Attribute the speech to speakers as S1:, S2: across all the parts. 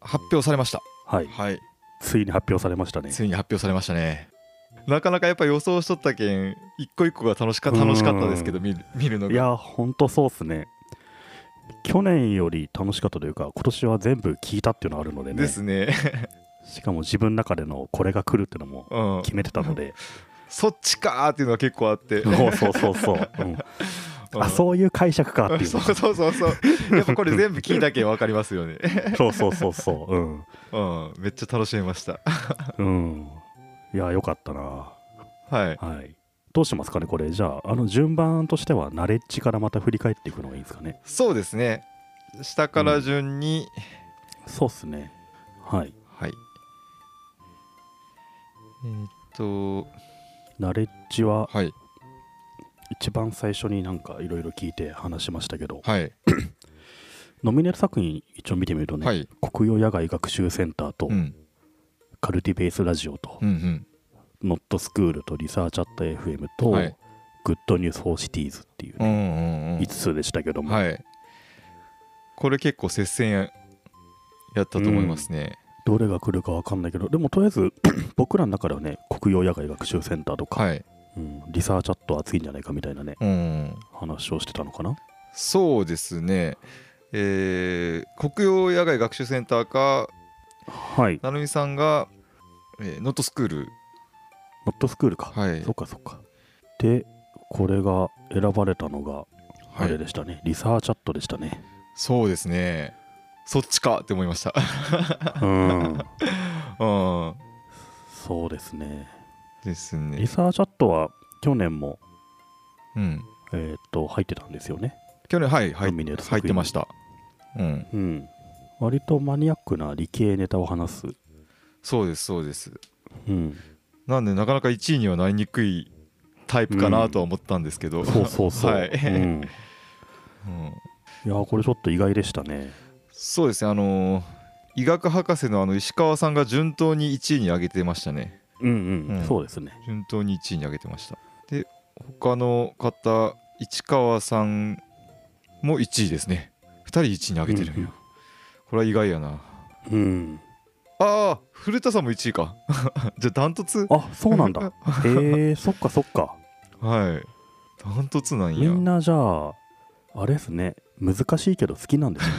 S1: 発表されました
S2: はい、
S1: はい
S2: ついに発表されましたね。
S1: ついに発表されましたねなかなかやっぱ予想しとったけん一個一個が楽しか楽しかったですけど見る見るの
S2: い
S1: が
S2: や、ほんとそうっすね。去年より楽しかったというか、今年は全部聞いたっていうのがあるのでね、
S1: ですね
S2: しかも自分の中でのこれが来るっていうのも
S1: うん
S2: 決めてたので、
S1: そっちかーっていうのは結構あって
S2: そうそうそうそう、うんあ、そういう解釈かっていう
S1: そ
S2: の
S1: うそうそうそうやっぱこれ全部聞いたけん分かります よね
S2: そうそうそうそう、うん。
S1: うんめっちゃ楽しみました
S2: うん、いや、よかったな。
S1: はい
S2: はい、どうしますかね、これ、じゃあ、あの順番としては、ナレッジからまた振り返っていくのがいいんですかね。
S1: そうですね下から順に、
S2: そうっすね。はい。
S1: はいえーっと
S2: ナレッジは、
S1: はい
S2: 一番最初になんかいろいろ聞いて話しましたけど、
S1: はい
S2: ノミネート作品、一応見てみるとね、
S1: はい
S2: 国用野外学習センターと、
S1: うん
S2: カルティベースラジオと
S1: う、ん
S2: ノットスクールと、リサーチャット FM
S1: う
S2: と、
S1: んはい
S2: グッドニュース・フォー・シティーズっていう、
S1: う
S2: ね
S1: んうんうん
S2: 5つでしたけども、
S1: はいこれ結構接戦ややったと思いますね、
S2: どれが来るかわかんないけど、でもとりあえず僕らの中ではね、国用野外学習センターとか、
S1: はい
S2: うん、リサーチャット熱いんじゃないかみたいなね、
S1: うん
S2: 話をしてたのかな。
S1: そうですねえー国用野外学習センターか
S2: はい、
S1: 成美さんが、えーノットスクール
S2: ノットスクールか。
S1: はい
S2: そっかそっか。で、これが選ばれたのが、あれでしたね、リサーチャットでした ね。
S1: そうですねそっちかって思いました
S2: うん、
S1: うん
S2: そうですね。
S1: です
S2: リ
S1: ね
S2: サーチャットは去年も、
S1: うん
S2: えーっと入ってたんですよね。
S1: 去年はい入っ
S2: ノミネート作
S1: 入
S2: 品
S1: ってましたうん
S2: うん。割とマニアックな理系ネタを話す。
S1: そうですそうです
S2: うん、
S1: なんでなかなか1位にはなりにくいタイプかなとは思ったんですけど、
S2: そうそうそ う。
S1: はい
S2: うん、い
S1: うん
S2: やーこれちょっと意外でしたね。
S1: そうですねあのー医学博士のあの石川さんが順当に1位に上げてましたね
S2: うんうん、
S1: うん
S2: そうですね。
S1: 順当に1位に上げてましたで他の方市川さんも1位ですね2人1位に上げてるんや、
S2: うんうん
S1: これは意外やな
S2: うん。
S1: ああ古田さんも1位か じゃあダントツ
S2: あそ うなんだ。へえー、そっかそっか。
S1: はいダントツなん
S2: み
S1: や
S2: んなじゃあ、あれですね、難しいけど好きなんですね。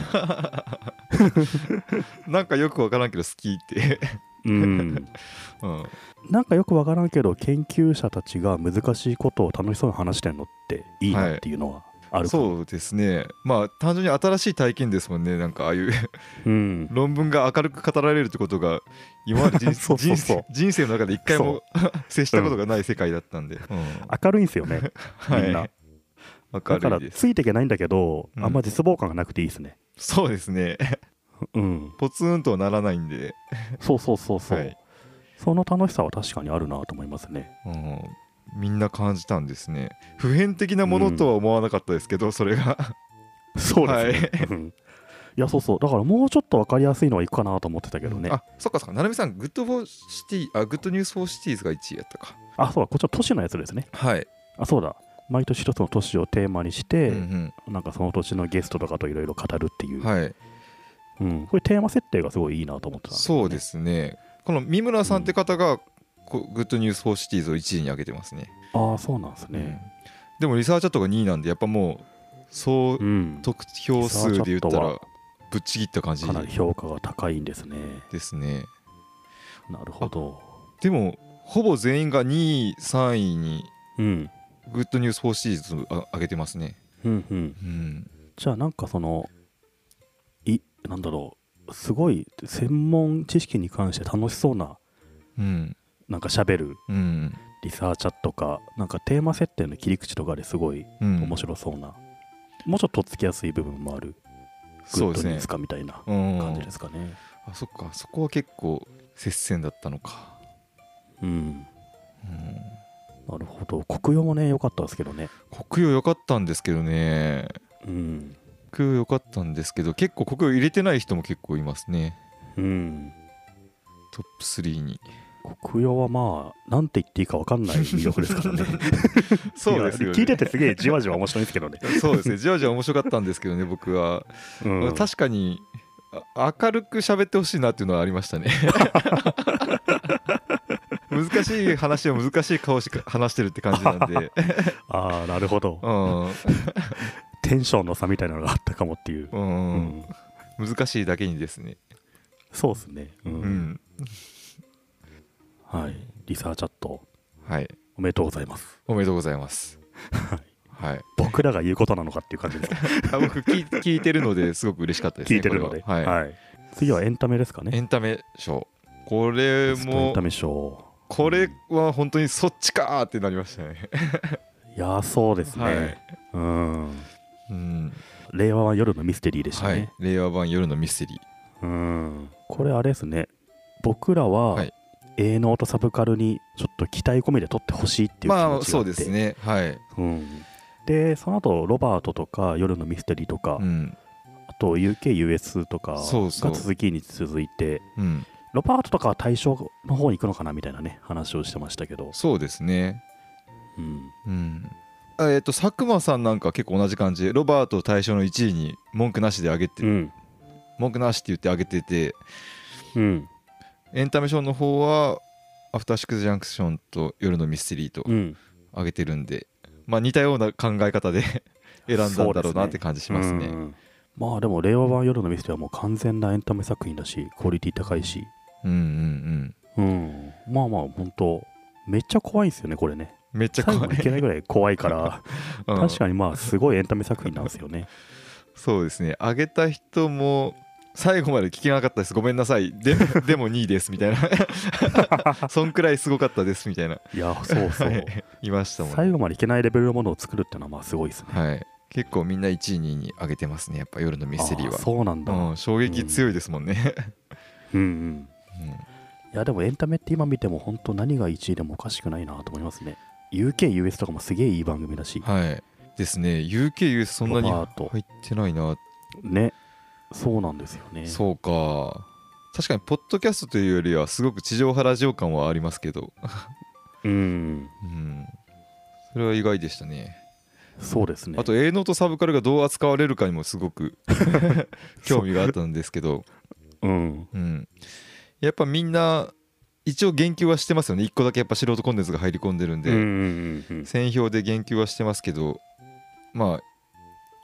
S1: なんかよくわからんけど好きって、
S2: うん、
S1: うん、
S2: なんかよくわからんけど、研究者たちが難しいことを楽しそうに話してんのっていいなっていうのはあるかも、
S1: そうですねまあ単純に新しい体験ですもんねなんかああいう
S2: うん、
S1: 論文が明るく語られるってことが今まで人
S2: そうそうそう
S1: 人生人生の中で一回も 接したことがない世界だったんで、うん
S2: 明るいんですよね、みんな。
S1: はい、
S2: だか
S1: 明
S2: ら
S1: るいです
S2: ついていけないんだけど、
S1: うん
S2: あんま絶望感がなくていいですね。
S1: そうですね
S2: うん、
S1: ポツンとはならないんで、
S2: そうそうそうそう、
S1: はい
S2: その楽しさは確かにあるなと思いますね。
S1: うん、みんな感じたんですね普遍的なものとは思わなかったですけど、それが
S2: そうですね。うんいやそうそうだからもうちょっと分かりやすいのはいくかなと思ってたけどねあ
S1: あそっかそっかななみさんグッドフォーシティあグッドニュースフォーシティーズが1位やったか
S2: そうだこっちは都市のやつですね
S1: はい、
S2: あそうだ毎年一つの都市をテーマにして、
S1: うん
S2: なんかその年のゲストとかといろいろ語るっていうう、
S1: ん、はい
S2: うん、これテーマ設定がすごいいいなと思ってたんだよね、
S1: そうですねこの三村さんって方が、こうグッドニュースフォーシティーズを1位に上げてますね、
S2: ああそうなんですね
S1: うんでもリサーチャットが2位なんでやっぱもうそう
S2: うん、
S1: 得票数で言った
S2: リサーチャッ
S1: らぶっちぎった感じ
S2: かなり評価が高いんですね
S1: ですね
S2: なるほど
S1: でもほぼ全員が2位3位に
S2: うん
S1: グッドニュース4シリーズを上げてますね
S2: うんうん
S1: うん
S2: じゃあなんかそのいなんだろうすごい専門知識に関して楽しそうな
S1: うん
S2: なんか喋る
S1: うん
S2: リサーチャットかなんかテーマ設定の切り口とかですごい
S1: うん
S2: 面白そうな、もうちょっととっつきやすい部分もあるグ
S1: そう
S2: ッド
S1: です
S2: ニュ
S1: ね
S2: ースかみたいな
S1: うん
S2: 感じですかね。
S1: あそっかそこは結構接戦だったのか、
S2: うん、
S1: うん、
S2: なるほど国用もね良かったですけどね。
S1: 国用良かったんですけどね
S2: うん、
S1: 国用良かったんですけど結構国用入れてない人も結構いますね
S2: うん、
S1: トップ3に
S2: 国用はまあなんて言っていいか分かんない魅力ですからね。 いや聞いててすげえじわじわ面白いんですけどね。
S1: そうですねじわじわ面白かったんですけどね僕は、
S2: うん、
S1: 確かにあ明るく喋ってほしいなっていうのはありま したね難しい話を難しい顔して話してるって感じなん で、
S2: ああなるほど
S1: うん
S2: テンションの差みたいなのがあったかもっていう、
S1: うん
S2: う
S1: 難しいだけにですね、
S2: そうですね、うん
S1: うん、
S2: はい、リサーチャット
S1: はい
S2: おめでとうございます、
S1: おめでとうございます
S2: はい、
S1: はい
S2: 僕らが言うことなのかっていう感じです
S1: あ僕聞い聞いてるのですごく嬉しかったですね
S2: 聞いてるので、
S1: これははい
S2: 次はエンタメですか
S1: エ
S2: ね
S1: ンタメショーこれ
S2: ベストエン
S1: も
S2: タメショ
S1: これは本当にそっちかーってなりましたね
S2: ーいやーそうですね、
S1: はい
S2: うん
S1: うん
S2: 令和は夜のミステリーでした
S1: はい
S2: ね、
S1: 令和版夜のミステリー
S2: うんこれあれですね僕らは、
S1: はい
S2: 営農とサブカルにちょっと期待込みで撮ってほしいっていう気持ちがあって、
S1: まあそうですねはい、
S2: うん、でその後ロバートとか夜のミステリーとか、
S1: うん
S2: あと UKUS とか
S1: そうそ
S2: が
S1: う
S2: 続きに続いて
S1: うん、
S2: ロバートとかは対象の方に行くのかなみたいなね話をしてましたけど、
S1: そうですね
S2: うん、
S1: うんあえっと佐久間さんなんか結構同じ感じでロバート対象の1位に文句なしで上げて、
S2: うん、
S1: 文句なしって言って上げてて
S2: うん、
S1: エンタメショーの方はアフターシックスジャンクションと夜のミステリーと
S2: うん、
S1: 上げてるんで、まあ似たような考え方で 選んだんだろうなって感じしますね
S2: うんまあでも令和版夜のミステリーはもう完全なエンタメ作品だしクオリティ高いし、
S1: うんうんうん
S2: うん、まあまあ本当めっちゃ怖いんですよねこれね
S1: めっちゃ
S2: 最後
S1: 怖
S2: まで
S1: い
S2: いけないぐらい怖いから
S1: うん
S2: 確かにまあすごいエンタメ作品なんですよね
S1: そうですね上げた人も最後まで聞けなかったですごめんなさい ででも2位ですみたいなそんくらいすごかったですみたいない
S2: やそうそう、
S1: はいいましたもんね
S2: 最後までいけないレベルのものを作るっていうのはまあすごいですね
S1: はい、結構みんな1位2位に上げてますねやっぱ夜のミステリー
S2: あ
S1: は
S2: ーそうなんだ、うん、
S1: うん、衝撃強いですもんね、
S2: うんいやでもエンタメって今見ても本当何が1位でもおかしくないなと思いますね UKUS とかもすげえいい番組だし、
S1: うんはいですね UKU そんなに
S2: ロバート
S1: 入ってないな、
S2: ねそうなんですよね
S1: そうか確かにポッドキャストというよりはすごく地上波ラジオ感はありますけど、
S2: うん
S1: うん、それは意外でしたね
S2: そうですね
S1: あと営農とサブカルがどう扱われるかにもすご く興味があったんですけど、
S2: うん
S1: うん、やっぱみんな一応言及はしてますよね1個だけやっぱ素人コンテンツが入り込んでるんで、
S2: うんうんうんうん
S1: 選票で言及はしてますけどまあ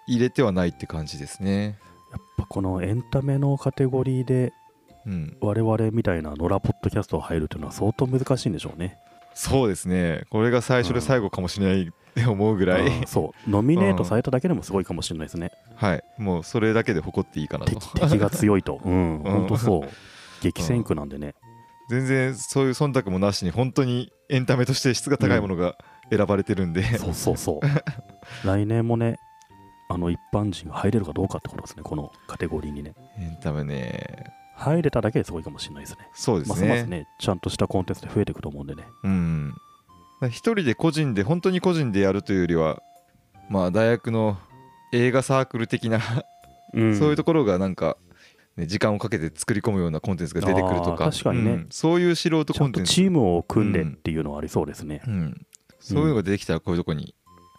S1: 入れてはないって感じですね
S2: やっぱこのエンタメのカテゴリーで
S1: うん
S2: 我々みたいな野良ポッドキャストが入るというのは相当難しいんでしょうね
S1: そうですねこれが最初で最後かもしれないって思うぐらい、
S2: うんそうノミネートされただけでもすごいかもしれないですね、
S1: はいもうそれだけで誇っていいかなと
S2: 敵敵が強いと、うん、
S1: ん
S2: 本当そう激戦区なんでね、
S1: 全然そういう忖度もなしに本当にエンタメとして質が高いものが選ばれてるんで、
S2: そうそうそう 来年もねあの一般人が入れるかどうかってことですねこのカテゴリーにね
S1: エンタメね
S2: 入れただけですごいかもしれないですね
S1: そうですね
S2: ますますねちゃんとしたコンテンツで増えていくと思うんでね
S1: うんだから一人で個人で本当に個人でやるというよりはまあ大学の映画サークル的なそういうと
S2: こ
S1: ころがなんか、ね、時間をかけて作り込むようなコンテンツが出てくるとか
S2: あー確かにね
S1: うんそういう素人
S2: ちゃ
S1: コ
S2: ん
S1: ンテ
S2: と
S1: ンツ、
S2: チームを組んでっていうのはありそうですね
S1: うん、そういうのが出てきたらこういうとこに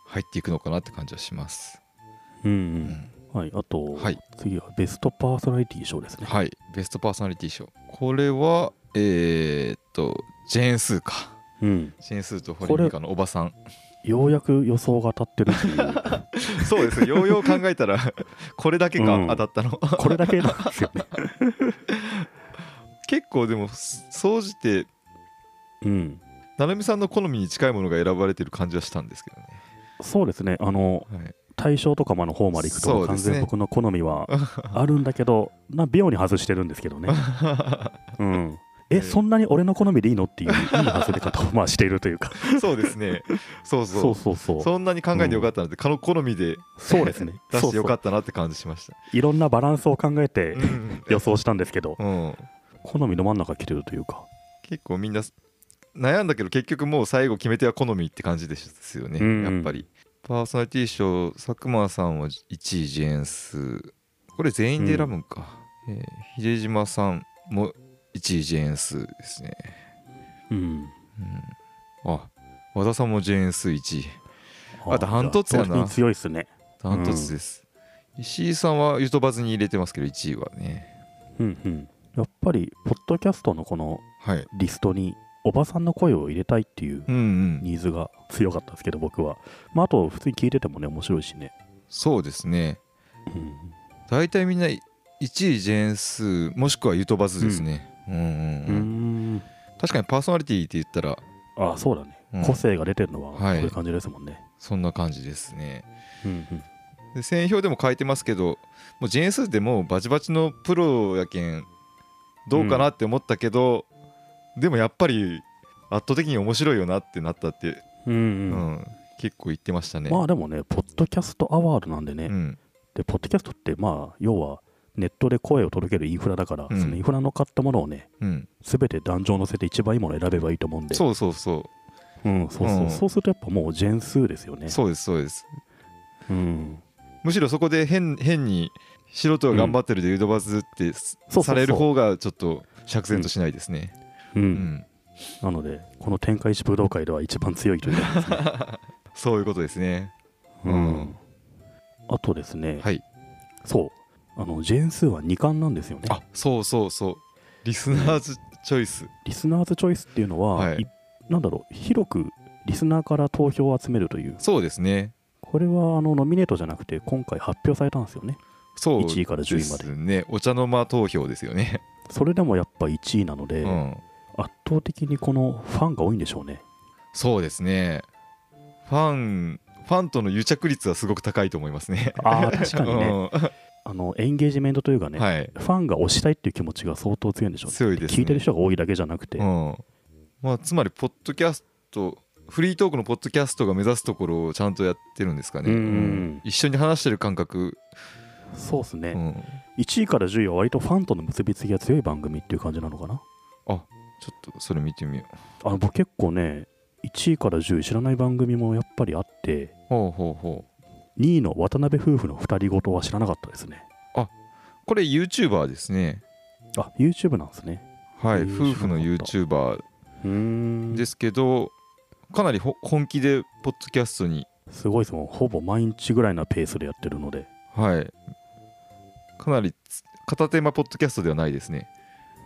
S1: 入っていくのかなって感じはします、
S2: うん、
S1: う
S2: うん
S1: ん
S2: はい、あと、
S1: はい
S2: 次はベストパーソナリティ賞ですね
S1: はいベストパーソナリティ賞これはえーっとジェーン・スーか
S2: うん、
S1: ジェーン・スーと堀美香のおばさん
S2: ようやく予想が当たってるっていう
S1: そうですようよう考えたらこれだけ
S2: うん
S1: が当たったの、
S2: これだけなんですよ ね、
S1: 結構でも総じて
S2: うん、
S1: 成美さんの好みに近いものが選ばれてる感じはしたんですけどね、
S2: そうですねあの
S1: はい、
S2: 対象とかまの方まで行くと、
S1: そうで
S2: 完
S1: すね
S2: 全に僕の好 みはあるんだけどな妙に外してるんですけどね、うん、え、
S1: え
S2: そんなに俺の好みでいいのっていういい外れ方をまあしているというか
S1: そうですね。そうそう。
S2: そうそうそうそう
S1: そんなに考えてよかったなって、かの好みで
S2: ですね
S1: 出してよか
S2: そう
S1: ったなって感じしました。
S2: そういろんなバランスを考えて
S1: うん
S2: 予想したんですけど
S1: うん
S2: 好みの真ん中来てるというか、
S1: 結構みんな悩んだけど、結局もう最後決め手は好みって感じですよね、
S2: うんうん
S1: やっぱり。パーソナリティ賞、佐久間さんは1位、ジェーンス。これ全員で選ぶんか。えー秀島さんも1位、ジェーンスですね。
S2: うん、
S1: うん、あ和田さんもジェーンス1位。あダントツやな
S2: じゃあ本当に強いっすね
S1: ダントツです、石井さんはゆとばずに入れてますけど1位はね
S2: うんうん、やっぱりポッドキャストのこの
S1: はい
S2: リストにおばさんの声を入れたいっていう
S1: うんうん
S2: ニーズが強かったですけど僕は、まあ、あと普通に聞いててもね面白いしね、
S1: そうですね
S2: うん、
S1: 大体みんな1位ジェーンスーもしくはゆとばずですね、うんうんう
S2: う
S1: ん
S2: ん
S1: 確かにパーソナリティって言ったら、
S2: ああそうだね、
S1: うん
S2: 個性が出てるのはこ
S1: は
S2: う
S1: い
S2: いう感じですもんね、
S1: そんな感じですね
S2: うんうん
S1: で専用でも書いてますけどもうジェーンスーでもうバチバチのプロやけんどうかなって思ったけど、でもやっぱり圧倒的に面白いよなってなったって、
S2: うん
S1: う
S2: うん
S1: ん結構言ってましたね、
S2: まあでもねポッドキャストアワードなんでね、
S1: うん、
S2: でポッドキャストってまあ要はネットで声を届けるインフラだから、
S1: うん
S2: そのインフラの買ったものをね
S1: うん、
S2: 全て壇上乗せて一番いいものを選べばいいと思うんで
S1: そうそうそ
S2: うん、そうそう
S1: うん
S2: そうするとやっぱもうジェン数ですよ
S1: う、
S2: ね
S1: そうですそうです
S2: うん、
S1: むしろそこで変変に素人が頑張ってるで誘導バズってす、
S2: そうそうそ
S1: さ
S2: う
S1: れる方がちょっと釈然としないですね、
S2: うん
S1: うん
S2: なのでこの天下一武道会では一番強いというか、
S1: そういうことですね
S2: うん
S1: うん
S2: あとですね、
S1: はい
S2: そうあのジェーンスーは2冠なんですよね
S1: あそうそうそうリスナーズチョイス、
S2: リスナーズチョイスっていうのは、
S1: はい
S2: いなんだろう広くリスナーから投票を集めるという
S1: そうですね
S2: これはあのノミネートじゃなくて今回発表されたんですよね
S1: そう
S2: 1位から10位まで
S1: ですねお茶の間投票ですよね、
S2: それでもやっぱ1位なので、
S1: うん
S2: 圧倒的にこのファンが多いんでしょうね
S1: そうですねファンファンとの癒着率はすごく高いと思いますね
S2: ああ確かに ね、
S1: うん
S2: あのエンゲージメントというかね、
S1: はい
S2: ファンが推したいっていう気持ちが相当強いんでしょうね
S1: 強いですね
S2: 聞いてる人が多いだけじゃなくて、
S1: うんまあ、つまりポッドキャストフリートークのポッドキャストが目指すところをちゃんとやってるんですかね、
S2: うん
S1: 一緒に話してる感覚、
S2: そうですね、
S1: うん
S2: 1位から10位は割とファンとの結びつきが強い番組っていう感じなのかな
S1: ちょっとそれ見てみよう
S2: あの僕結構ね1位から10位知らない番組もやっぱりあって
S1: ほうほうほう
S2: 2位の渡辺夫婦の2人ごとは知らなかったですね
S1: これ YouTuber ですね
S2: あ YouTube なんですね
S1: はい
S2: えー
S1: 夫婦の
S2: 知らなか
S1: YouTuber
S2: うーん
S1: ですけどかなりほ本気でポッドキャストに
S2: すごいですもんほぼ毎日ぐらいなペースでやってるので
S1: はいかなりつ片手間ポッドキャストではないですね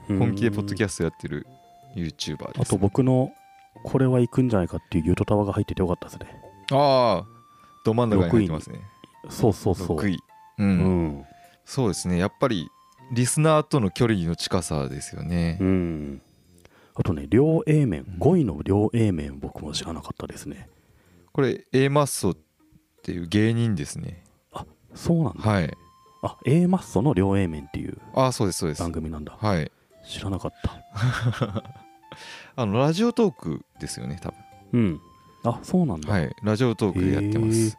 S1: 本気でポッドキ
S2: ャ
S1: ャストやってる YouTuber で
S2: あ
S1: す
S2: と僕のこれは行くんじゃないかっていうゆとたわが入っててよかったですね
S1: ああど真ん中に入ってますね
S2: そうそうそう
S1: 6位う、
S2: うんん
S1: そうですねやっぱりリスナーとの距離の近さですよね、
S2: うんあとね両 A 面
S1: うん
S2: 5位の両 A 面僕も知らなかったですね
S1: これ A マッソっていう芸人ですね
S2: そうなんだ
S1: はい
S2: あ A マッソの両 A 面っていう
S1: ああそうですそうです
S2: 番組なんだ
S1: はい
S2: 知らなかった
S1: あのラジオトークですよね多
S2: うんあそうなんだ、
S1: 分はいラジオトークでやってます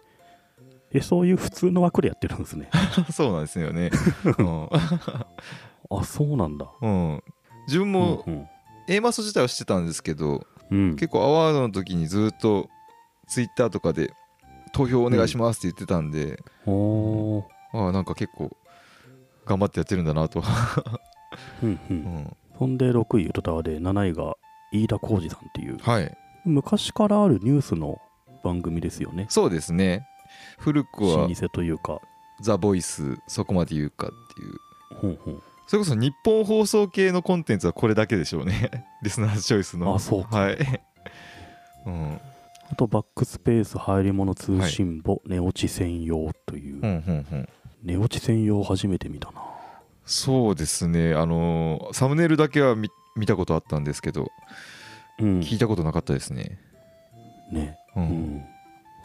S2: えそういう普通の枠でやってるんですね
S1: そうなんですよ ね、うん
S2: あそうなんだ
S1: うん、自分も
S2: うん
S1: A マッソ自体は知ってたんですけど、
S2: うん、
S1: 結構アワードの時にずっとツイッターとかで投票お願いしますって言ってたんで、
S2: 構おー
S1: ああなんか結構頑張ってやってるんだなと、
S2: うんう
S1: うんん、
S2: ほんで6位ゆとたわで7位が飯田浩二さんっていう
S1: はい
S2: 昔からあるニュースの番組ですよね
S1: そうですね古く
S2: 老
S1: は
S2: 舗というか
S1: 「ザ・ボイスそこまで言うかっていう
S2: ほんほん
S1: それこそ日本放送系のコンテンツはこれだけでしょうね リスナーズチョイスの
S2: あそう
S1: はいうん
S2: あとバックスペース入り物通信簿、寝落ち専用という、
S1: うんうんうん
S2: 寝落ち専用初めて見たな
S1: そうですねあのーサムネイルだけは見見たことあったんですけど
S2: うん
S1: 聞いたことなかったですね
S2: ね
S1: う、
S2: うんん、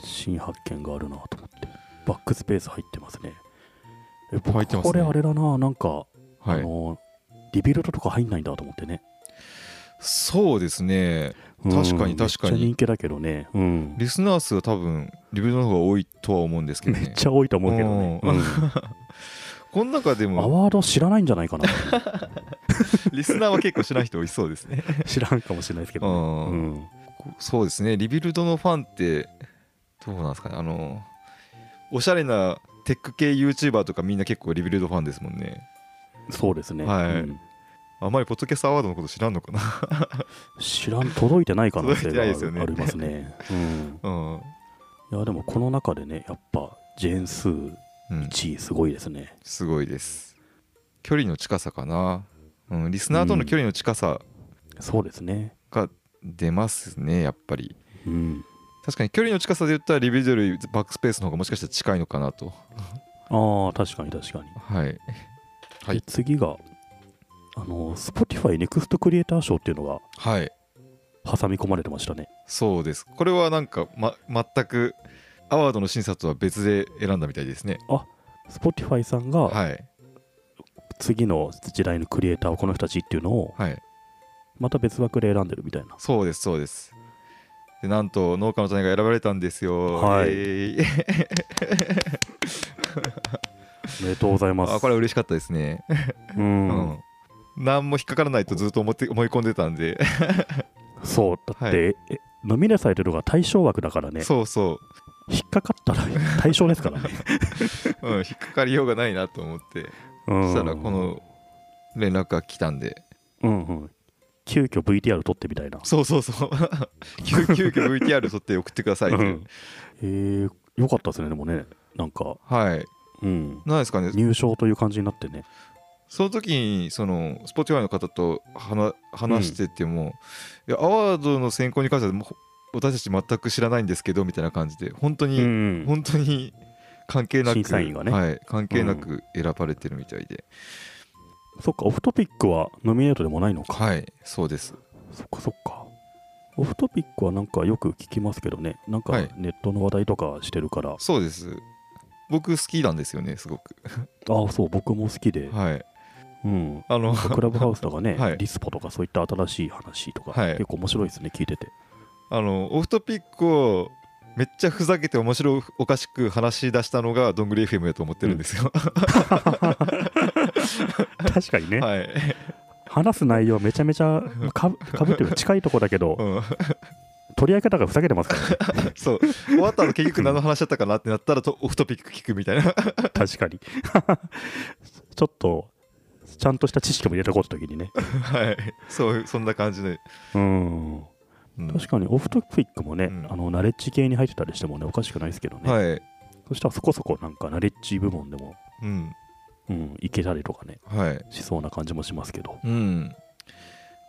S2: 新発見があるなと思ってバックスペース入ってますねえ僕
S1: 入ってますね
S2: これあれだななんか、
S1: は
S2: あ
S1: い
S2: のリビルドとか入んないんだと思ってね
S1: そうですね
S2: うん
S1: 確かに確かに
S2: めっちゃ人気だけどね、うん、
S1: リスナー数は多分リビルドの方が多いとは思うんですけど
S2: めっ
S1: ね
S2: ちゃ多いと思うけどね、
S1: うん
S2: うん
S1: この中で
S2: ア
S1: も
S2: ワード知らないんじゃないか な
S1: リスナーは結構知らない人多いそうですね
S2: 知らんかもしれないですけど、ね
S1: う
S2: うんん、
S1: そうですねリビルドのファンってどうなんですかねあのおしゃれなテック系 YouTuber とかみんな結構リビルドファンですもんね
S2: そうですね、
S1: はい
S2: うん
S1: あまりポッドキャストアワードのこと知らんのかな、
S2: 知らん届いてない可能
S1: 届い
S2: 性があ
S1: てないですよね
S2: るありますね、うん
S1: うん
S2: いやでもこの中でねやっぱジェーンスー
S1: うん、
S2: 1位すごいですね
S1: すごいです距離の近さかな、うん、リスナーとの距離の近さ
S2: そうですね。
S1: が出ますねやっぱり
S2: うん。
S1: 確かに距離の近さで言ったらリビルドよりバックスペースの方がもしかしたら近いのかなと
S2: ああ、確かに確かに。
S1: はいはい
S2: で次が、あの、Spotify Next クリエイター賞っていうのが
S1: はい
S2: 挟み込まれてましたね。
S1: そうですこれはなんか、ま、全くアワードの審査とは別で選んだみたいですね
S2: Spotify さんが
S1: はい
S2: 次の時代のクリエイターをこの人たちっていうのを
S1: はい
S2: また別枠で選んでるみたいな。
S1: そうですそうですでなんと農家の種が選ばれたんですよ
S2: はい
S1: えー
S2: おめでとうございま す。
S1: あこれは嬉しかったですね
S2: うん、
S1: うん何も引っかからないとずっと思って思い込んでたんで、
S2: そう。だって、えノミネされてるのが対象枠だからね。
S1: そうそ
S2: 引っかかったら対象ですか らね。
S1: う、うん、引っかかりようがないなと思って、
S2: うん
S1: そしたらこの連絡が来たんで、
S2: うんうん。急遽 VTR 撮ってみたいな。
S1: そうそうそう、 急急遽 VTR 撮って送ってくださいっていう
S2: うんえー、よかったですね、でもね。なんか、
S1: はい、
S2: うん。
S1: なんですかね、
S2: 入賞という感じになってね。
S1: その時にその Spotify の方と話話してても、いや、アワードの選考に関してはもう私たち全く知らないんですけどみたいな感じで、本当
S2: う
S1: に、
S2: ん
S1: 本当に関係なく、
S2: 審査員がね
S1: はい、関係なく選ばれてるみたいで、
S2: そっか、オフトピックはノミネートでもないのか。
S1: はい、そうです。
S2: そっかそっか。オフトピックはなんかよく聞きますけどね。なんか
S1: はい
S2: ネットの話題とかしてるから、
S1: そうです。僕好きなんですよね、すごく。
S2: ああ、そう、僕も好きで。
S1: はい。
S2: うん。
S1: あの、
S2: クラブハウスとかね、
S1: はい
S2: ディスポとかそういった新しい話とか、
S1: はい
S2: 結構面白いですね、聞い てて。
S1: あの、オフトピックをめっちゃふざけて面白おかしく話し出したのがどんぐり FM だと思ってるんですよ。
S2: 確かにね
S1: はい。
S2: 話す内容めちゃめちゃかぶかぶってる近いとこだけど、
S1: うん、
S2: 取り上げ方がふざけてますから ね。
S1: そう。終わった後結局何の話だったかなってなったらとオフトピック聞くみたいな。
S2: 確かに。 ちょっと、ちゃんとした知識も入れてこうって時にね。
S1: はい。そう、そんな感じで。
S2: うん。
S1: うん
S2: 確かにオフトピックもね、
S1: うん
S2: あのナレッジ系に入ってたりしてもねおかしくないですけどね、
S1: はい。
S2: そしたらそこそこなんかナレッジ部門でも、
S1: うん。
S2: うん、いけたりとかね
S1: はい。
S2: しそうな感じもしますけど
S1: うん。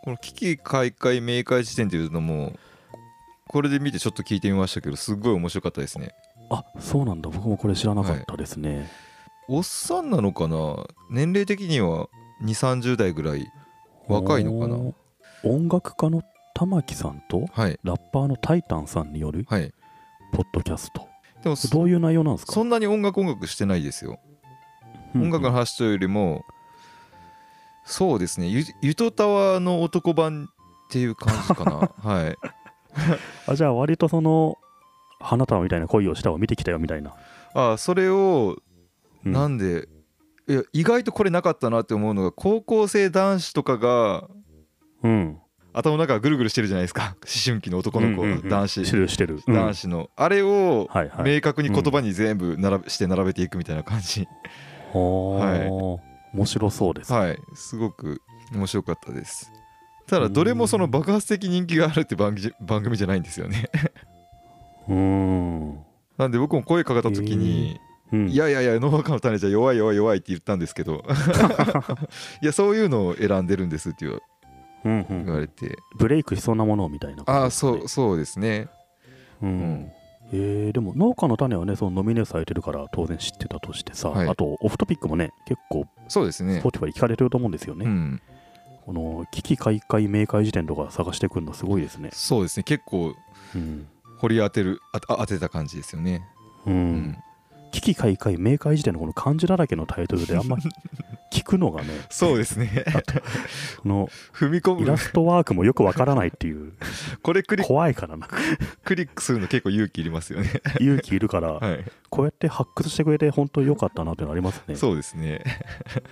S1: この危機開会明快時点っていうのも、これで見てちょっと聞いてみましたけど、すごい面白かったですね。
S2: あそうなんだ僕もこれ知らなかったですね、
S1: おっさんなのかな年齢的には2 3 0代ぐらい若いのかな
S2: おー音楽家の玉木さんと
S1: はい
S2: ラッパーのタイタンさんによる
S1: はい
S2: ポッドキャストこ
S1: でも
S2: れ
S1: そ
S2: どういう内容なんですか
S1: そんなに音楽音楽してないですよ、音楽の
S2: うん
S1: 話というよりもそうですねゆゆとたわの男版っていう感じかな はい
S2: あじゃあ割とその花束みたいな恋をしたを見てきたよみたいな、
S1: あそれを
S2: うん
S1: なんで、いや意外とこれなかったなって思うのが高校生男子とかが
S2: うん
S1: 頭の中がぐるぐるしてるじゃないですか 思春期の男の子、
S2: うんうんうん
S1: 男
S2: して
S1: 子
S2: るしてる、うん
S1: 男子の、あれを
S2: はいはい
S1: 明確に言葉に全部並べして並べていくみたいな感じ、
S2: おー面白 そうです、
S1: はいすごく面白かったですただどれもその爆発的人気があるって番組じ番組じゃないんですよね
S2: うーん、
S1: なんで僕も声かかった時に
S2: う
S1: 「
S2: ん
S1: いやいやいやノアカの種じゃ弱い弱い弱い」って言ったんですけど 「いやそういうのを選んでるんです」って言わ
S2: うんうん
S1: 言われて
S2: ブレイクしそうなものをみたいな
S1: 「あ
S2: 感
S1: あ
S2: じですね、
S1: そうそうですねう
S2: う
S1: ん
S2: んえーでも農家の種はねそのノミネートされてるから当然知ってたとしてさ、
S1: はい
S2: あとオフトピックもね結構
S1: そうですね
S2: Spotify で聞かれてると思うんですよね、
S1: うん
S2: この危機開会明快時点とか探してくるのすごいですね
S1: そうですね結構
S2: うん、
S1: 掘り当てるあ当てた感じですよね
S2: うん
S1: うん
S2: 危機開会明快時点のこの漢字だらけのタイト ルであんま聞くのがね
S1: そうですね
S2: この
S1: 踏み込
S2: イラ
S1: む
S2: ストワークもよくわからないっていう
S1: これ クリ
S2: 怖いからな
S1: クリックするの結構勇気いりますよ ね
S2: 勇気いるから、
S1: はい
S2: こうやって発掘してくれて本当に良かったなっていうのありますね。
S1: そうですね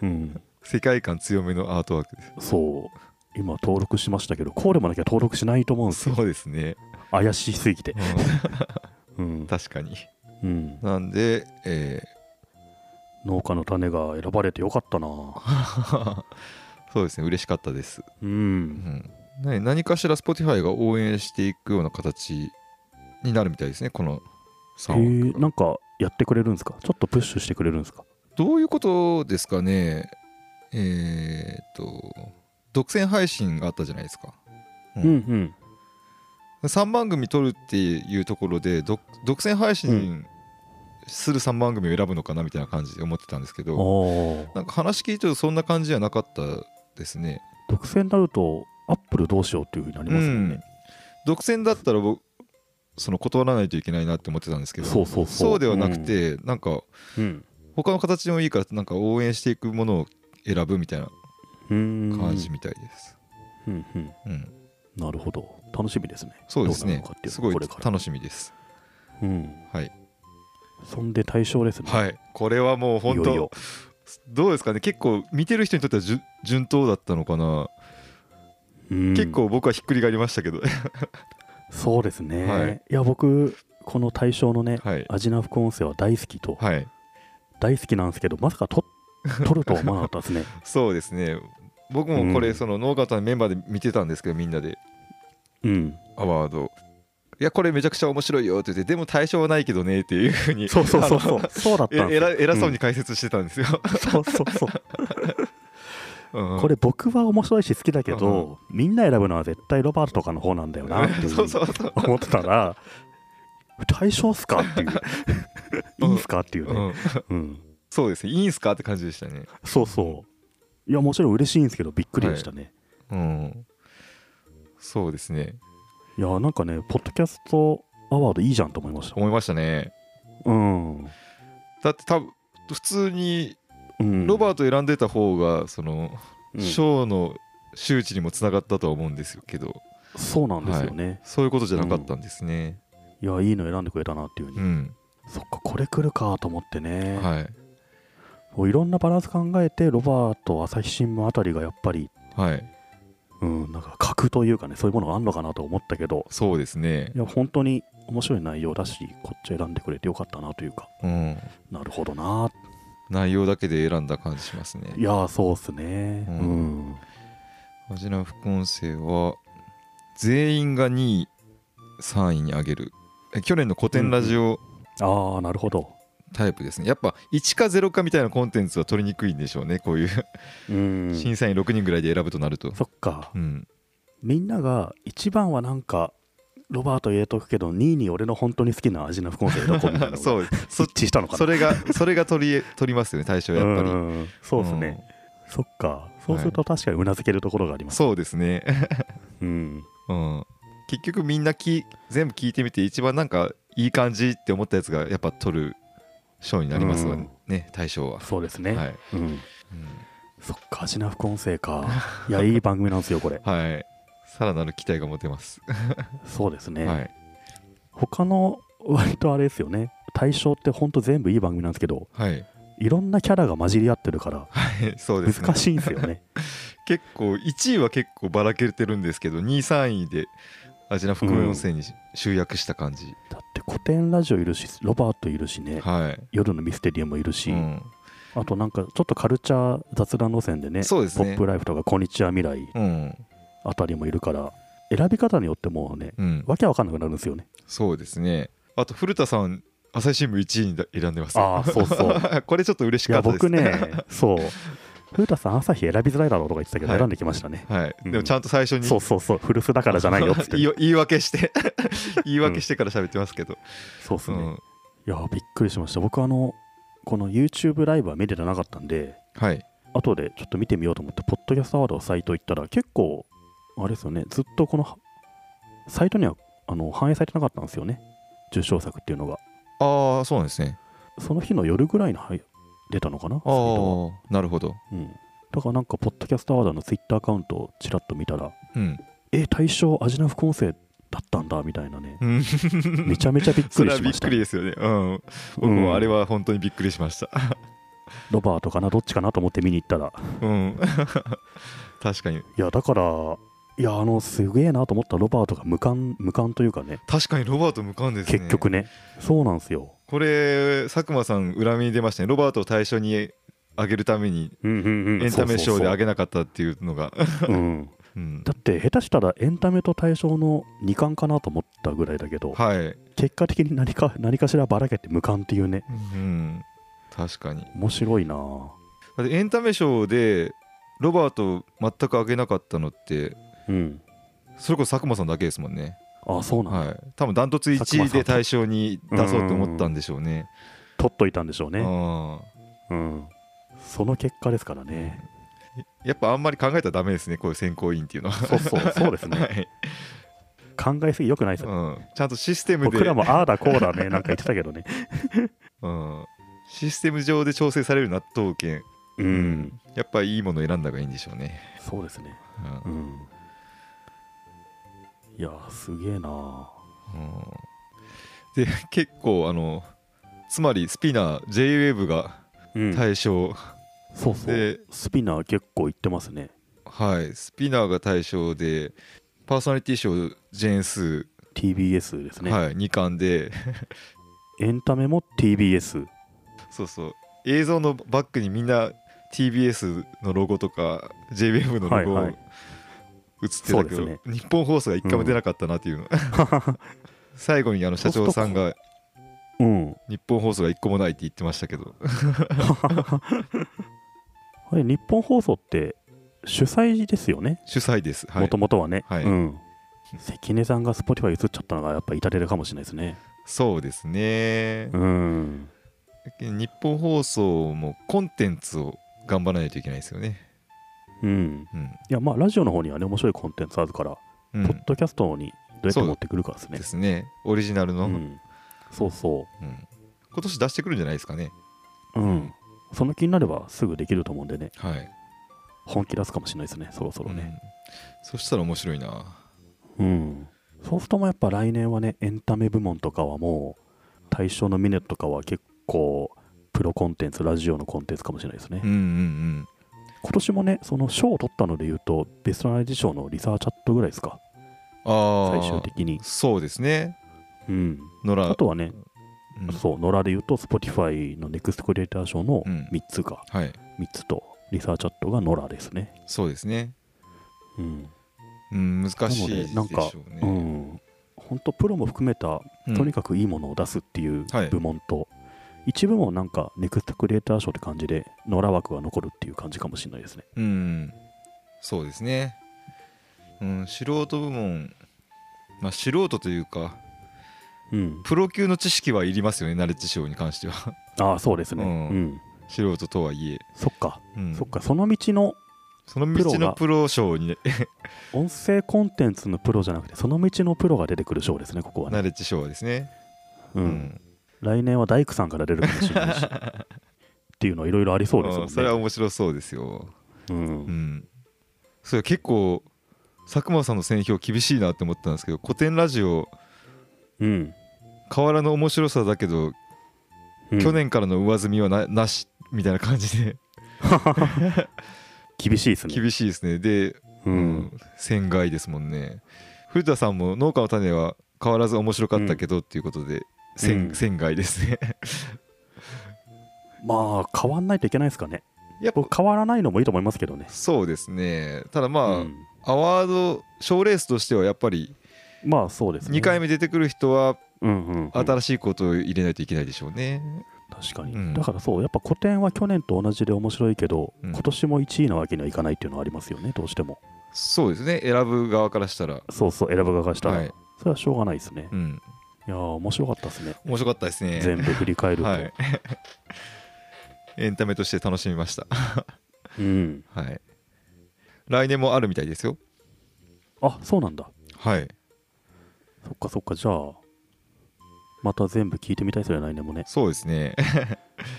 S2: う,、ん、
S1: 世界観強めのアートワークです。
S2: そう今登録しましたけどこうでもなきゃ登録しないと思うんですよ
S1: そうですね。
S2: 怪しすぎて。うん
S1: 確かに。
S2: うん、
S1: なんで、え
S2: 農家の種が選ばれてよかったな。
S1: ー そうですね、嬉しかったです。
S2: う、
S1: うんん、な何かしら Spotify が応援していくような形になるみたいですね、この
S2: へえ
S1: 3枠が
S2: なんかやってくれるんですかちょっとプッシュしてくれるんですか
S1: どういうことですかねえーっと独占配信があったじゃないですか
S2: うんうん
S1: 3番組撮るっていうところで独独占配信する3番組を選ぶのかなみたいな感じで思ってたんですけど、
S2: おー
S1: なんか話聞いてるとそんな感じじゃなかったですね。
S2: 独占になるとアップルどうしようっていうふうになりますよ
S1: うん
S2: ね、
S1: 独占だったら僕その断らないといけないなって思ってたんですけど
S2: そうそうそう
S1: ではなくて、なんか
S2: うん
S1: 他の形でもいいからなんか応援していくものを選ぶみたいな
S2: うん
S1: 感じみたいです。
S2: うんうん
S1: うん
S2: なるほど楽しみですね
S1: そうです
S2: どな
S1: ね
S2: のかってい。う
S1: すごい
S2: これから
S1: 楽しみです。
S2: うん
S1: はい、
S2: そんで対象ですね
S1: はい、これはもう本
S2: い
S1: 当
S2: よいよ
S1: どうですかね結構見てる人にとっては順順当だったのかな、
S2: うん
S1: 結構僕はひっくり返りましたけど
S2: そうですね、
S1: はい
S2: い、や僕この対象のね、
S1: はい
S2: アジナ副音声は大好きと、
S1: はい
S2: 大好きなんですけどまさ かと撮るとは思わなかったですね
S1: そうですね僕もこ
S2: う
S1: れ
S2: ん
S1: その農家のメンバーで見てたんですけどみんなで
S2: うん
S1: アワードいやこれめちゃくちゃ面白いよって言ってでも対象はないけどねっていうふうに
S2: そうそうそうそ
S1: あの
S2: うそうだっ
S1: え
S2: たんで
S1: え
S2: すよ
S1: ら偉そう
S2: うん
S1: に解説してたんですよ、
S2: そうそうそう
S1: うん
S2: これ僕は面白いし好きだけど、みんな選ぶのは絶対ロバートとかの方なんだよなってい う
S1: そうそうそう、
S2: 思ってた ら対象っすかっていう いいんすかっていう
S1: う
S2: ね、
S1: ん
S2: うん、
S1: そうですねいいんすかって感じでしたね
S2: そうそういやもちろん嬉しいんですけどびっくりでしたね、
S1: うんそうですね
S2: いやなんかね、ポッドキャストアワードいいじゃんと思いました。
S1: 思いましたね
S2: うん。
S1: だって多分普通に
S2: うん、
S1: ロバート選んでた方がその、
S2: うん
S1: ショーの周知にもつながったとは思うんですけど
S2: そうなんですよね。
S1: そういうことじゃなかったんですね。
S2: い、や、いいの選んでくれたなっていうふうに。
S1: うん、
S2: そっか、これ来るかと思ってね。
S1: はい
S2: こういろんなバランス考えて、ロバート、朝日新聞あたりがやっぱり、
S1: はい
S2: うん、なんか格というかね、そういうものがあるのかなと思ったけど、
S1: そうですね
S2: い。や、本当に面白い内容だし、こっち選んでくれてよかったなというか、
S1: うん、
S2: なるほどな。
S1: 内容だけで選んだ感じしますね
S2: い。や、そうっすね。う。
S1: うんんアジナ副音声は全員が2位3位に上げるえ去年の古典ラジオ
S2: ああ、なるほど。
S1: タイプですね。やっぱ1か0かみたいなコンテンツは取りにくいんでしょうねこういう、
S2: うん。
S1: 審査員6人ぐらいで選ぶとなると。
S2: そっか。
S1: うん、
S2: みんなが一番はなんかロバート入れとくけど2位に俺の本当に好きな味の副音声入れとこうみたいな う
S1: そうそ
S2: 一致したのかな
S1: それがそれが取り取りますよね対象やっぱり。
S2: うんそうですね、そっかそうすると確かにうなずけるところがあります、
S1: そうですね。
S2: うん
S1: うん、結局みんなき全部聞いてみて一番なんかいい感じって思ったやつがやっぱ取る賞になりますわね、対象は。
S2: そうですね、
S1: はい、
S2: うん、
S1: うん
S2: そっか味な副音声かいやいい番組なんですよこれ
S1: はい、さらなる期待が持てます。
S2: そうですね、
S1: はい、
S2: 他の割とあれですよね対象って本当全部いい番組なんですけど
S1: はい、
S2: いろんなキャラが混じり合ってるから
S1: はい、そうですね。
S2: 難しいんですよ ね
S1: 結構1位は結構ばらけてるんですけど2位3位でアジナ副音声に集約した感じ。
S2: だって古典ラジオいるしロバートいるしね、
S1: はい、
S2: 夜のミステリアムもいるし、
S1: うん
S2: あとなんかちょっとカルチャー雑談路線でね
S1: そうです
S2: ポッ
S1: ね
S2: プ。ライフとか「こんにちは未来
S1: うん、」
S2: あたりもいるから選び方によってもうね
S1: うん、
S2: わけわかんなくなるんですよね
S1: そうですね。あと古田さん朝日新聞1位にだ選んでます。
S2: ああそう そう
S1: これちょっと嬉し
S2: い
S1: か
S2: や
S1: ったです
S2: 僕ねそう古田さん朝日選びづらいだろうとか言ってたけど、
S1: はい
S2: 選んできましたね
S1: はい、
S2: うん
S1: でもちゃんと最初に
S2: そうそうそう古巣だからじゃないよっつって
S1: 言い言い訳して 言い訳してから喋ってますけど、
S2: そうっす
S1: う
S2: ね、
S1: ん
S2: いやびっくりしました僕あのこの YouTube ライブは見れてなかったんで
S1: はい
S2: 後でちょっと見てみようと思ってポッドキャストアワードのサイト行ったら結構あれですよねずっとこのはサイトにはあの反映されてなかったんですよね受賞作っていうのが
S1: ああそうなんですね
S2: その日の夜ぐらいにはい出たのかな
S1: ああなるほど
S2: サイトがうん、だからなんかポッドキャストアワードのツイッターアカウントをちらっと見たら
S1: うん、
S2: え対象アジナ副音声だったんだみたいな ね
S1: うん
S2: めちゃめちゃびっ
S1: そ
S2: く
S1: れ
S2: り
S1: は
S2: し
S1: び
S2: ま
S1: っ
S2: した
S1: くりですよねうん僕
S2: うん
S1: もあれは本当にびっくりしました
S2: ロバートかなどっちかなと思って見に行ったら
S1: うん 確かに
S2: いやだからいやあのすげえなと思ったロバートが無感無感というかね
S1: 確かにロバート無関ですね
S2: 結局ねそうなんですよ
S1: これ佐久間さん恨みに出ましたねロバートを対象に上げるために
S2: うんうんうん
S1: エンタメショーで上
S2: げ
S1: げなかったっていうのが
S2: うん、
S1: うん
S2: だって下手したらエンタメと対象の2冠かなと思ったぐらいだけど
S1: はい、
S2: 結果的に何か何かしらばらけて無冠っていうね
S1: うん、確かに
S2: 面白いなぁ
S1: だってエンタメショーでロバート全く上げなかったのって
S2: うん。
S1: それこそ佐久間さんだけですもんね
S2: あ、そうなんだ。
S1: はい多分ダントツ1位で対象に出そうと思ったんでしょうね
S2: 取っといたんでしょうね。
S1: あ
S2: うん。その結果ですからね。
S1: ーやっぱあんまり考えたらダメですねこういう選考委員っていうのは
S2: そうそう、そうですね。
S1: はい
S2: 考えすぎよくないですよ。
S1: うん、ちゃんとシステムで
S2: 僕らもああだこうだね、なんか言ってた けどね。
S1: うん、システム上で調整される納豆券
S2: うん。
S1: やっぱいいものを選んだ方がいいんでしょうね、
S2: そうですね。
S1: うん
S2: うん。いやー、すげえなー
S1: うんで結構あのつまりスピナー JWAVE が
S2: うん。
S1: 対象、
S2: そうそう。
S1: で、
S2: スピナー結構いってますね。
S1: はい、スピナーが対象でパーソナリティ賞ジェーンス
S2: TBS です
S1: ー、
S2: ね。
S1: はい、2巻で
S2: エンタメも TBS。
S1: そうそう映像のバックにみんな TBS のロゴとか JWAVE のロゴ
S2: は
S1: 映っ
S2: いは
S1: てた
S2: い
S1: け
S2: そ
S1: ど、
S2: うです
S1: 日本放送が1回も出なかったなっていうの、最後にあの社長さんが
S2: うん。
S1: 日本放送が1個もないって言ってましたけど
S2: あれ、日本放送って主催ですよね。
S1: 主催ですは
S2: も
S1: い
S2: ともとはね。
S1: はい
S2: うん。関根さんが Spotify 移っちゃったのがやっぱ痛手かもしれないですね。
S1: そうですね
S2: うん。
S1: 日本放送もコンテンツを頑張らないといけないですよね
S2: うん。
S1: うん、
S2: いや、まあ、ラジオの方にはね、面白いコンテンツあるから、
S1: うん
S2: ポッドキャストにどうやって持ってくるかですね
S1: で。すねオリジナルの、
S2: う
S1: うん
S2: ん。そうそ
S1: 今年出してくるんじゃないですかね
S2: う。うん。その気になればすぐできると思うんでね、
S1: はい
S2: 本気出すかもしれないですね、そろそろね。
S1: うんそしたら面白いな
S2: うん、そうするともうやっぱ来年はねエンタメ部門とかはもう対象のミネとかは結構プロコンテンツラジオのコンテンツかもしれないですね、
S1: うんうん
S2: 今年もねその賞を取ったので言うとベストナイジ賞のリサーチャットぐらいですか
S1: うんああ
S2: 最終的に、
S1: そうですね
S2: うん、
S1: 野良
S2: あとはね、
S1: うん
S2: そう野良で言うと Spotify のネクストクリエイター賞の
S1: うん
S2: 3つか、
S1: はい
S2: 3つとリサーチャットが野良ですね
S1: そうですね
S2: うん、
S1: うん難しいでし
S2: な
S1: ょ
S2: のでなんか
S1: う
S2: う
S1: ね
S2: ん、本当プロも含めた
S1: うん
S2: とにかくいいものを出すっていう
S1: はい
S2: 部門と、一部もなんかネクストクリエイター賞って感じで野良枠が残るっていう感じかもしれないですね。
S1: うん、そうですね。うん、素人部門、まあ、素人というか、
S2: うん、
S1: プロ級の知識はいりますよね、ナレッジ賞に関しては。
S2: ああそうですね、
S1: うん
S2: うん
S1: 素人とはいえ、
S2: そっか、
S1: うん、
S2: そっかその道の
S1: その道
S2: プロ
S1: の
S2: が
S1: プロ賞に、ね、
S2: 音声コンテンツのプロじゃなくてその道のプロが出てくる賞ですねここはね
S1: ナ、レッジ賞はですね。
S2: う
S1: うん
S2: 来年は大工さんから出るかもしれないしっていうのいろいろありそうですもん
S1: あ
S2: ね
S1: それは面白そうですよ。
S2: うん
S1: うん、それは結構、佐久間さんの選評厳しいなって思ったんですけど、古典ラジオ、
S2: うん
S1: 河原の面白さだけど、
S2: うん
S1: 去年からの上積みはななしみたいな感じで、
S2: 厳しいですね
S1: 厳しいですね。で、
S2: うん
S1: 仙外ですもんね古田さんも「農家の種」は変わらず面白かったけどっていうことで、仙
S2: うん
S1: 仙外ですね
S2: まあ変わんないといけないですかね
S1: やっぱ
S2: 僕変わらないのもいいと思いますけどね
S1: そうですねただまあ、
S2: うん
S1: アワード賞レースとしてはやっぱり
S2: まあそうですね
S1: 2回目出てくる人は
S2: うんうんうん、
S1: 新しいことを入れないといけないでしょうね、
S2: 確かに、
S1: うん
S2: だからそうやっぱ古典は去年と同じで面白いけど、
S1: うん
S2: 今年も1位なわけにはいかないっていうのはありますよねどうしても
S1: そうですね選ぶ側からしたら
S2: そうそう選ぶ側がしたら、
S1: はい、
S2: それはしょうがないですね、
S1: うん、
S2: いやー面白かったですね
S1: 面白かったですね
S2: 全部振り返ると、
S1: はい エンタメとして楽しみました
S2: うん
S1: はい来年もあるみたいですよ
S2: あそうなんだ
S1: はい
S2: そっかそっかじゃあまた全部聞いてみたいですね来年もね
S1: そうですね。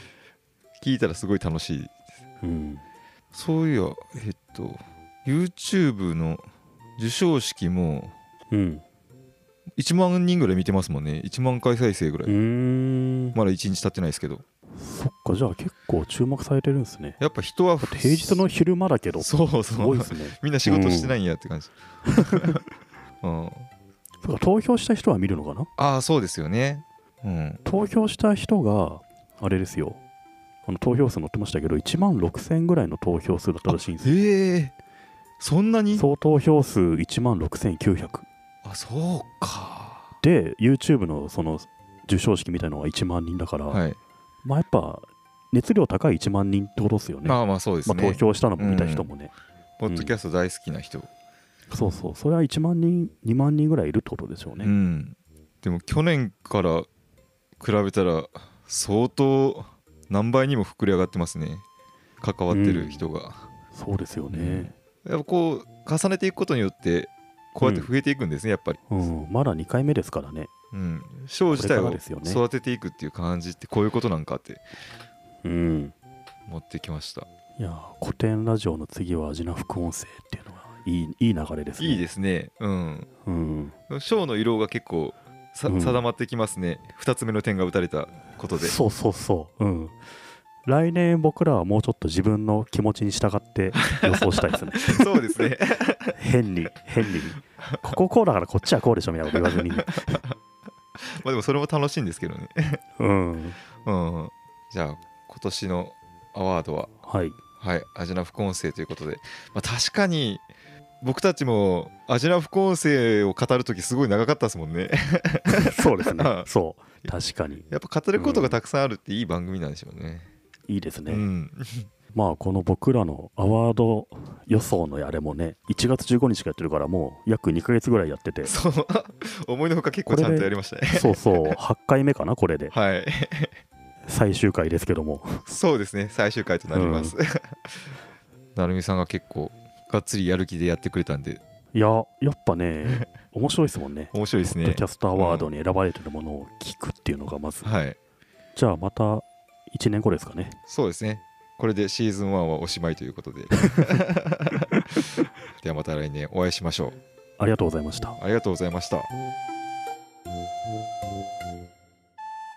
S1: 聞いたらすごい楽しい。
S2: うん
S1: そういや、えっと、YouTube の授賞式も
S2: うん
S1: 1万人ぐらい見てますもんね。1万回再生ぐら
S2: う
S1: い。
S2: ーん、
S1: まだ1日経ってないですけど。
S2: そっかじゃあ結構注目されてるんですね
S1: やっぱ人は
S2: だって平日の昼間だけどす
S1: そうそ
S2: ご
S1: う
S2: いで。すね
S1: みんな仕事してないんやって感じ。うん、
S2: そっか投票した人は見るのかな
S1: ああ、そうですよね。うん、
S2: 投票した人があれですよあの投票数載ってましたけど1万6000ぐらいの投票数だったらしいんですよ
S1: ええそんなに
S2: 総投票数1万6900
S1: あそうか。
S2: で YouTube のその受賞式みたいのが1万人だから、
S1: はい。
S2: まあやっぱ熱量高い1万人ってことですよね。
S1: まあまあそうです
S2: まあ、
S1: ね、
S2: 投票したのも見た人もね、
S1: ポッドキャスト大好きな人、
S2: そうそう、それは1万人、2万人ぐらいいるってことでしょうね。
S1: うん、でも去年から比べたら相当何倍にも膨れ上がってますね関わってる人が、
S2: そうですよね、
S1: やっぱこう重ねていくことによってこうやって増えていくんですね、やっぱり、
S2: うんまだ2回目ですからね。
S1: うん、賞自体
S2: これから
S1: を
S2: ですよね
S1: 育てていくっていう感じってこういうことなんかって
S2: うん、
S1: 持ってきました
S2: いやー、古典ラジオの次は味な副音声っていうのがいいいい流れですね。
S1: いいですねうん
S2: うん、
S1: 賞の色が結構さ
S2: うん
S1: 定まってきますね、2つ目の点が打たれたこと で
S2: そうそうそう、うん。来年僕らはもうちょっと自分の気持ちに従って予想したい ですね。
S1: そうですね
S2: 変に、変に。こここうだからこっちはこうでしょみたいな こと言わずに。
S1: まあでもそれも楽しいんですけどね
S2: うん。
S1: うん、じゃあ今年のアワードは、
S2: はい。
S1: はい、アジナ副音声ということで、まあ、確かに僕たちもアジナ副音声を語る時すごい長かったですもんね
S2: そうですね
S1: うん。
S2: そう。確かに。
S1: やっぱ語ることがたくさんあるっていい番組なんでしょうね、
S2: いいです
S1: う
S2: ね。
S1: ん、、
S2: まあ、この僕らのアワード予想のあれもね、1月15日からやってるから、もう約2ヶ月ぐらいやってて
S1: そう 思いのほか結構ちゃんとやりましたね
S2: そうそう、8回目かな、これで。
S1: はい
S2: 最終回ですけども。
S1: そうですね最終回となります、なるみさんが結構がっつりやる気でやってくれたんで
S2: いや、やっぱね、面白いですもんね。
S1: 面白いです
S2: ポッド
S1: ね
S2: キャストアワードに選ばれてるものを聞くっていうのがまず、
S1: はい
S2: じゃあまた1年後ですかね
S1: そうですね。これでシーズン1はおしまいということで。ではまた来年お会いしましょう。
S2: ありがとうございました
S1: ありがとうございました。